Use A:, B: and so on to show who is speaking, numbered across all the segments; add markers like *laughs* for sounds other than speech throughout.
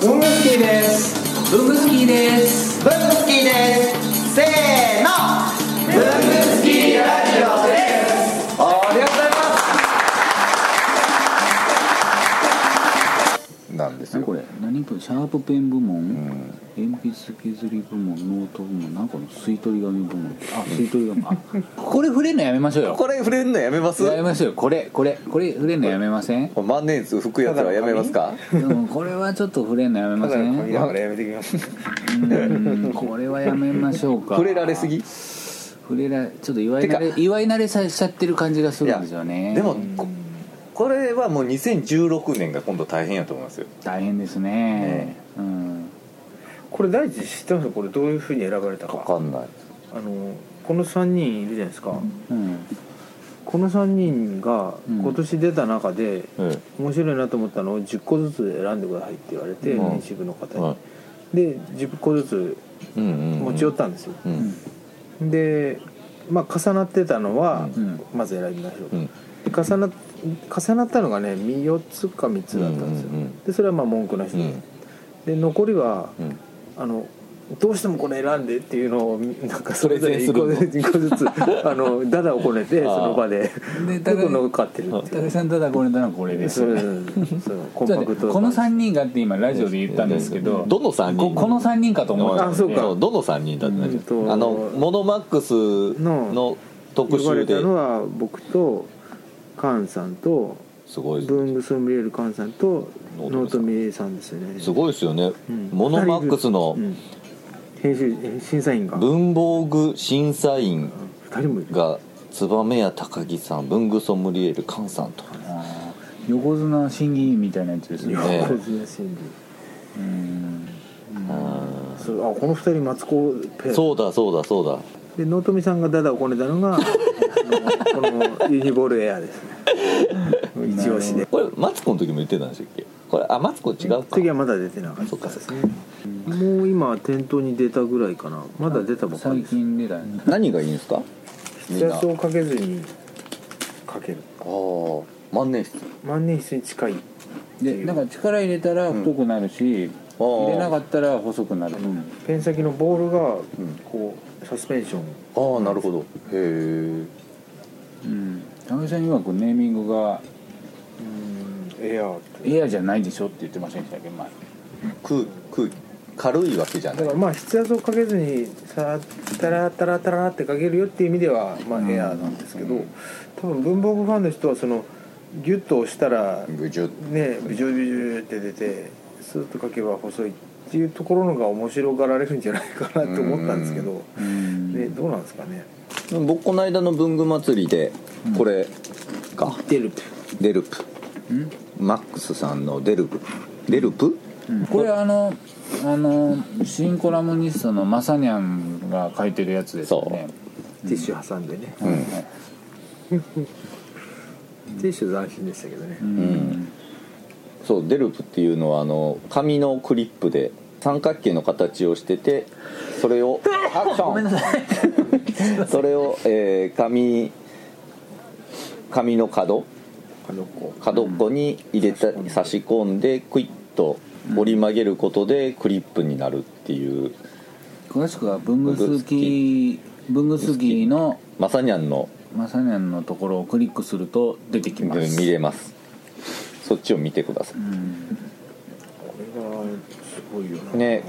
A: 文具好きです文具好きです文具好きですせーの文具好きラジオですありがとうございます
B: なんです
C: 何
B: よ
C: これ何分シャープペン部門、鉛筆削り部門ノート部門何この吸い取り紙部門あ吸い取り紙
B: *laughs*
C: あこれ触れるのやめましょうよ
B: これ触れるのやめます
C: やめましょうよこれこれこれ触れるのやめません
B: これマヨネーズ吹くやつはやめますか
C: でもこれはちょっと触れるのやめま
A: だ
C: せ
A: から
C: ん
A: 紙だからやめてきます
C: うんこれはやめましょうか
B: 触れられすぎい
C: 触れられちょっと祝い慣
B: て
C: れ
B: か
C: 祝い慣れさしちゃってる感じがするんですよね
B: でもここれはもう2016年が今度大変やと思いますよ
C: 大変ですねうん
A: これ第一知ってますこれどういうふうに選ばれたか
B: かんない
A: あのこの3人いるじゃないですか
C: うん
A: この3人が
C: うん
A: 今年出た中で
B: え
A: 面白いなと思ったのを10個ずつ選んでくださいって言われて
B: うん
A: 編集部の方
B: え
A: にで10個ずつ
B: うんうんうん
A: 持ち寄ったんですよ
B: う
C: うんん
A: でまあ重なってたのは
C: うん
A: まず選びましょ
B: う
A: う
B: ん
A: で重な重なったのがね4つか3つだったんですよ
B: うんうんうん
A: でそれはまあ文句なし
B: う
A: で
B: ん
A: で残りは
B: うん
A: あのどうしてもこれ選んでっていうのをなんかそれぞれ
B: プレゼンす
A: 一個
B: るの
A: ずつ一個ずつあのダダをこねてそ
B: あー
A: の場で
C: で
A: ど
C: 高
A: こ
C: 木
A: 乗っかってるっていう
C: 高木さんただこれならこれです
A: それそのコン
C: ちょ
A: パ
C: っと待
A: ク
C: っ
A: ト
C: てこの3人がって今ラジオで言ったんですけど
B: どの三人
C: ここの3人かと思ったん
A: あ
C: で
A: そうか
B: どの3人だってなっちゃう
A: うんと
B: あのモノマックスの特
A: 呼ば
B: 集
A: れた
B: で
A: のは僕とカンさんと
B: すごい
A: 文具ソムリエールカンさんと
B: ノートミレさん
A: ノートミレイさんですよね
B: すごいですよね、
A: うん
B: モノマックスの
A: うん編集審査員が2
B: 文房具審査員
A: 人もいる
B: が燕谷高木さん文具ソムリエール菅さんと
C: あー横綱審議員みたいなやつですね
B: ね
A: 横綱審理
C: うん
A: そうあこの2人マツコペア
B: そうだそうだそうだ
A: で納富さんがダダをこねたのがあのこのユニボールエアーですね一押しで
B: これマツコの時も言ってたんでしたっけこれあマツコ違うか
A: 次はまだ出てなかったですねもう今店頭に出たぐらいかなまだ出たばっか
C: 最
A: りです
C: 近出たね
B: 何がいいんですかみん
A: 筆
B: なあ
A: 圧をかけずにかける
B: あ万年筆
A: 万年筆に近い
C: でなんか力入れたら太くなるし、
B: あー
C: 入れなかったら細くなる、
A: ペン先のボールがこうサスペンション
B: ああなるほどへえ
C: うん、高木さん曰くネーミングが
A: うんエアーっ
C: 「
A: て
C: エアじゃないでしょ」って言ってませんでしたっけ前
B: 空空気軽いわけじゃな
A: だ
B: い
A: からまあ筆圧をかけずにさタラタラタラってかけるよっていう意味ではまあエアーなんですけど多分文房具ファンの人はそのギュッと押したら
B: ぐじゅ
A: ねビジョビジョって出てスーッと書けば細いっていうところのが面白がられるんじゃないかなと思ったんですけど、
C: うん
A: ね、どうなんですかね
B: 僕この間の文具祭りでこれか、
A: 出るって
B: デルプ
C: ん
B: マックスさんのデルプデルプ
C: うんこれあのあの新コラムニストのマサニャンが書いてるやつですよね
A: ティッシュ挟んでね、
B: ううん
C: はい
A: ティッシュ斬新でしたけどね、
C: うん
B: そうデルプっていうのはあの紙のクリップで三角形の形をしててそれ
A: *laughs*
B: をアクションそれを、えー紙紙の角
A: あのこ
B: 角っこに入れた、差し込んでクイッと折り曲げることでクリップになるっていう
C: 詳しくは文具好き文具好きの
B: まさにゃんの
C: マサニャンのところをクリックすると出てきます
B: 見れますそっちを見てくださ
A: れがすごいよない
B: ね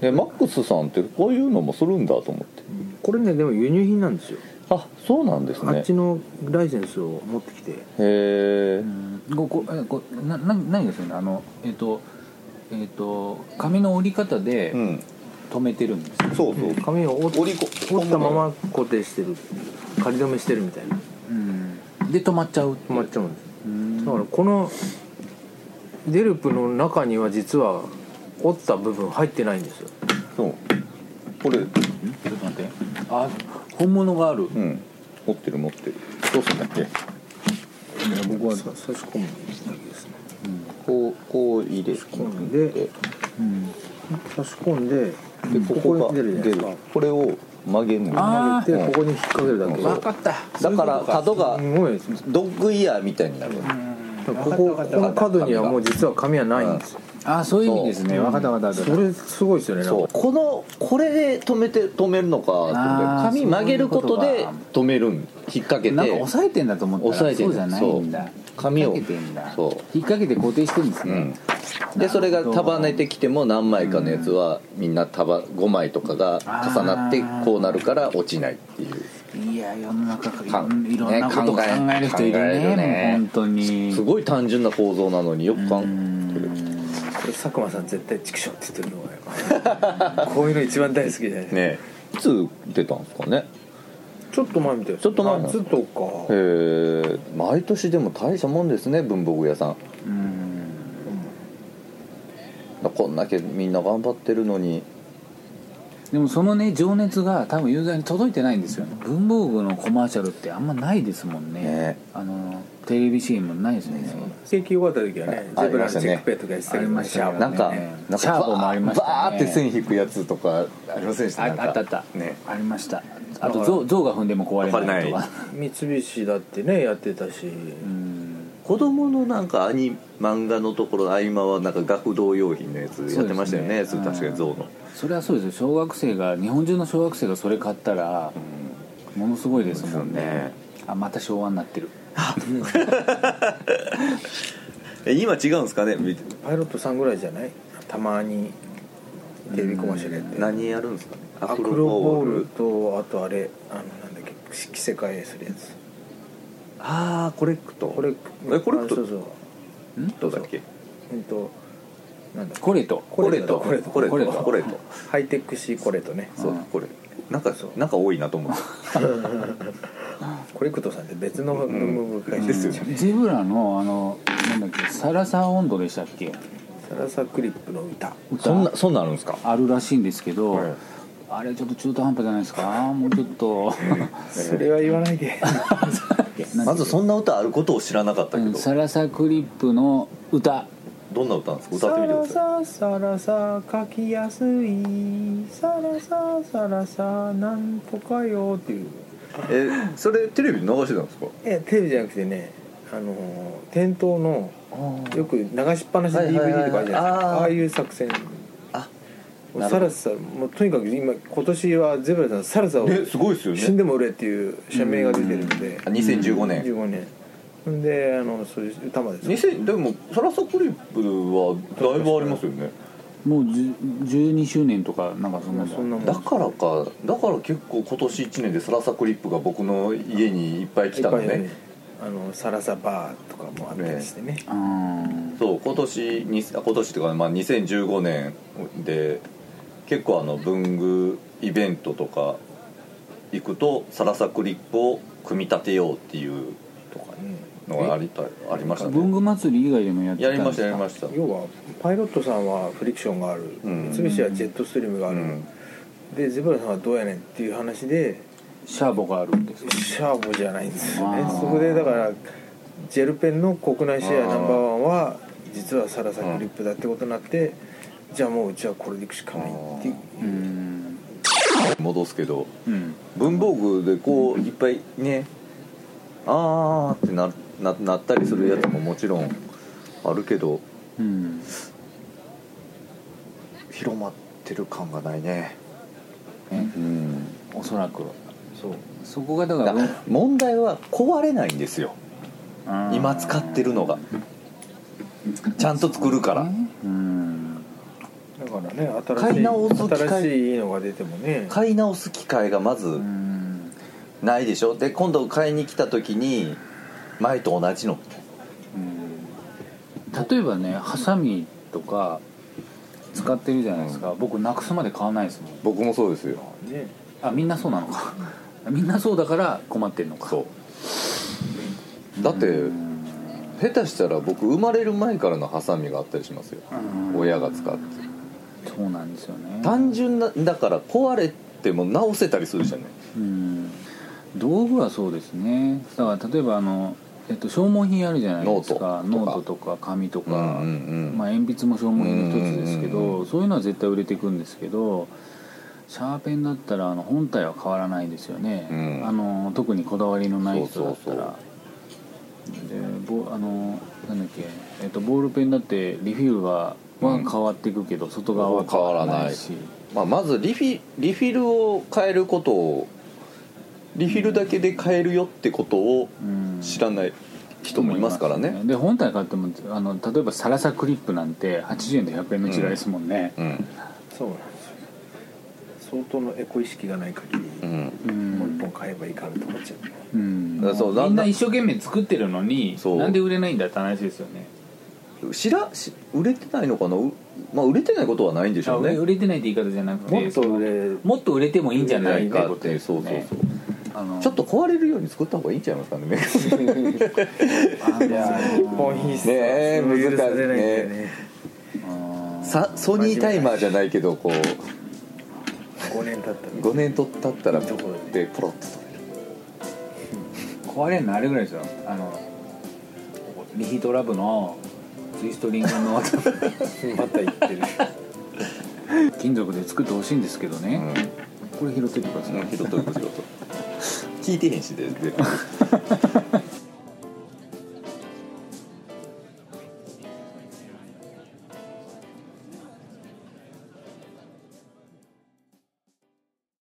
B: でマックスさんってこういうのもするんだと思って
A: これねでも輸入品なんですよ、
B: あそうなんです
A: あっ
B: ね
A: ちのライセンスを持ってきて
B: へえ
C: うんここえこなな何ですよねあのえっ、とえっ、と紙の折り方で
B: うん
C: 止めてるんですよ、
B: そうそう
A: 紙を折っ
B: 折りこ
A: 折ったまま固定してる仮止めしてるみたいな
C: うんで止まっちゃう
A: 止まっちゃうんです
C: うん
A: だからこのデルプの中には実は折った部分入ってないんですよ
B: そうこれ
C: ちょっと待ってあ本物がある、
B: うん持ってる持ってるどうすんだっけ
A: 僕は差し込むだけですね
B: こうこう入れ
A: 込んで
B: で
C: うん
A: 差し込んで
B: ここ
A: こ
B: が
A: に出
B: 出
A: る
B: る
A: じゃないですか
B: これを曲げるの
C: あ
A: で
B: うん
A: ここに引っ掛けるだけ
B: そう
C: 分かった
B: だから角が
A: すごいですね
B: ドッグイヤーみたいになる、
C: うん
A: こここの角にはもう実は紙はないんですよ
C: あそういう意味ですね分かった分かった
A: それすごいですよねなん
B: そう
A: か
B: このこれで止めて止めるのかと思って
C: あー
B: 髪曲げること
C: そういう
B: で
C: こ
B: 止めるん引っ掛け
C: なんか
B: て
C: 抑えてんだと思ったら
B: 抑えてん
C: そう
B: だ
C: じゃないんだ
B: そう髪を
C: 引っ掛けてんだ
B: そう
C: 引っ掛けて固定してるんです
B: う
C: ね
B: ん、でそれが束ねてきても何枚かのやつはみんな束5枚とかが重なってこうなるから落ちないっていう
C: いや世の中からい
B: か
C: ろん
B: ん
C: いろんなことを
B: ね考
C: 考
B: え
C: える人いる
B: 考え
C: ね
B: るね
C: もう本当に
B: すごい単純な構造なのによくかん
A: これ佐久間さん絶対チクショーって言ってるのがこういうの一番大好きじゃないですか、
B: ねいつ出たんですかね
A: ちょっと前みたいです
B: ちょっと前なの
A: 夏とか
B: へえ毎年でも大したもんですね文房具屋さんこんだけみんな頑張ってるのに
C: でもそのね情熱が多分ユーザーに届いてないんですよね文房具のコマーシャルってあんまないですもんね
B: ね
C: あのテレビ CM ないですね
A: 正規終わった時はね
B: あ
A: ゼブラのチェックペンとかやって
C: あ
A: たけ
C: り
A: ど
C: ましたね
A: シャー
B: なんか
C: ね
B: なんか
C: シャーボもありましたね
B: バーって線引くやつとかありませんでした
C: あ
B: なんか
C: あったあった、
B: ね
C: ありましたあ
A: だか
C: と
A: ら
C: 象象が踏んでも壊れないと
B: 壊
C: か
B: れな
A: 三菱だってねやってたし、
C: うん
B: 子供のなんかアニ漫画のところの合間はなんか学童用品のやつやってましたよね
C: そ
B: そうれ
C: ですね
B: 確かに象の
C: それはそうですよ小学生が日本中の小学生がそれ買ったらものすごいですも
B: そうで
C: んね
B: すよね
C: あまた昭和になってる
B: え今違うんですかねみ
A: パイロットさんぐらいじゃないたまにテレビコマーシャルやって
B: 何やるんですかね
A: アクロボールとあとあれあのなんだっけ着せ替えするやつ
B: ああコレクト
A: これ
B: えコレク
A: あそ
B: ト
A: うそう
B: どうだっけ
A: うんとなんだっけ
C: コレと
A: コレト
B: コレト
A: コ
B: コ
A: レ
B: レ
A: ト
B: ト
A: コ
B: コ
A: レ
B: レ
A: ト
B: ト
A: ハイテクシーコレトね
B: そう
C: うん
B: これなんか
A: そう
B: なんか多いなと思って
A: コレクトさんって別の文具会社
B: ですよね
C: ゼブラのあのなんだっけサラサ温度でしたっけ
A: サラサクリップの歌
B: *laughs*
C: 歌
B: そんなそんなんあるんですか
C: あるらしいんですけど、
B: はい
C: あれちょっと中途半端じゃないですかもうちょっと
A: それは言わないで
B: まずそんな歌あることを知らなかったけ
C: う
B: ど
C: んサラサクリップの歌
B: どんな歌なんですか歌
A: サ
B: ってみてく
A: ラ
B: ださい
A: ササラサ書きやすいサラササラサなんとかよっていう
B: えそれテレビで流してたんですか
A: いやテレビじゃなくてねあのー店頭のよく流しっぱなし
B: はい
A: DVD と
B: は
A: かあ
B: いはい
A: るじゃないですか
B: あー
A: ああいう作戦
B: あ
A: もう
B: なる
A: サ
B: ほど
A: ラサもうとにかく今今年はゼブラさんサラサを
B: ねすごいですよ
A: 死ん
B: ね
A: でも売れっていう社名が出てるんで
B: あ2015年
A: 15年ほんであのそういう歌まで
B: 2000でもサラサクリップはだいぶありますよね
C: もうじゅ12周年とかなんかそんな
A: そんなもん
B: だからかだから結構今年1年でサラサクリップが僕の家にいっぱい来たの
A: いっぱい
B: ね
A: あのサラサバーとかもあったりしてね
C: うん
B: そう今年にあ今年というか、まあ、2015年で結構あの文具イベントとか行くとサラサクリップを組み立てようっていう
A: とかね
B: のがありたありました
C: 文
B: ね
C: 具祭り以外でもやって
B: や
C: たん
B: り
C: ですか
B: ましたやりました
A: 要はパイロットさんはフリクションがある
B: うん
A: 三菱はジェットストリームがあ
B: う
A: る、
B: ん
A: でゼブラさんはどうやねんっていう話で
C: シャーボがあるんですか
A: シャーボじゃないんですよね
C: あー
A: そこでだからジェルペンの国内シェアナンバーワンは実はサラサクリップだってことになってじゃあもううちはこれでいくしかないっていう
C: うん
B: 戻すけど
C: うん
B: 文房具でこういっぱいねあーってなななったりするやつももちろんあるけど
C: うん
B: 広まってる感がないね
C: ね
B: うん
C: おそらく
A: そう
C: そこがだか
B: だか
C: ら
B: ら問題は壊れないんですよ
C: うん
B: 今使ってるのがちゃんと作るから
C: うん
A: だからね
B: 買い直す
A: 新
B: 機
A: しい
B: 会
A: 新しいのが出てもね
B: 買い直す機会がまず
C: うん
B: ないでしょで今度買いに来た時に前と同じの
C: うん例えばねハサミとか使ってるじゃないですか、僕なくすまで買わないですもん
B: 僕もそうですよ
A: ね
C: あみんなそうなのか *laughs* みんなそうだから困ってんのか
B: そうだって
C: うん
B: 下手したら僕生まれる前からのハサミがあったりしますよ
C: うん
B: 親が使って
C: そうなんですよね
B: 単純なだから壊れても直せたりするじゃない
C: うん道具はそうですねだから例えばあの、えっと、消耗品あるじゃないですか
B: ノートとか
C: ノートとか紙とか、
B: うんうんうん
C: まあ、鉛筆も消耗品の一つですけど、
B: うんうんうん
C: そういうのは絶対売れていくんですけどシャーペンだったらあの本体は変わらないですよね、
B: うん
C: あの特にこだわりのない人だった
B: そうそ
C: ら
B: う
C: でボあのなんだっけ、えっと、ボールペンだってリフィールがは変わっていくけど、外側は変わらないし
B: まあ、まずリフィリフィルを変えることをリフィルだけで変えるよってことを
C: うん
B: 知らない人もいますからね
C: で本体買ってもあの例えばサラサクリップなんて80円と100円の違いですもんね
B: うん
A: そうなんですよ相当のエコ意識がない限
B: う
A: り、
B: ん
C: う
A: もう一
C: ん、
A: 本買えばいいかんと思っちゃう
C: うん
B: だからそうだんだん
D: みんな一生懸命作ってるのに
B: そう
D: なんで売れないんだって話ですよね
B: 知らし売れてないのかなうまあ売れてないことはないんでし
D: あ
B: ょう
D: 売れ
B: ね
D: 売れてないって言い方じゃなくて
A: もっと売れ
D: もっと売れてもいいんじゃない
B: 売れ
D: か
B: か
D: っ
B: ってて
D: こ
B: そ
D: と
B: う
D: です
B: そ
D: ね
B: うそう
C: あの
B: ちょっと壊れるように作った方がいいんちゃいますかねメガネ
C: あの
A: 一本品質
B: ねえ
A: そう許されないんだよ
B: 難しい
A: ね
C: あー
B: さソニータイマーじゃないけどこう
A: 5年経ったら
B: 5年と経ったらポロってポロッと取れる
D: 壊れるのあれぐらいですよあのリヒートラブのツイストリングの
A: また言って
D: *laughs*
A: る
C: 金属で作ってほしいんですけどね、これ拾ってってくださ
B: *laughs*
C: い、
B: うん拾っとく拾っとく聞いてへんしでで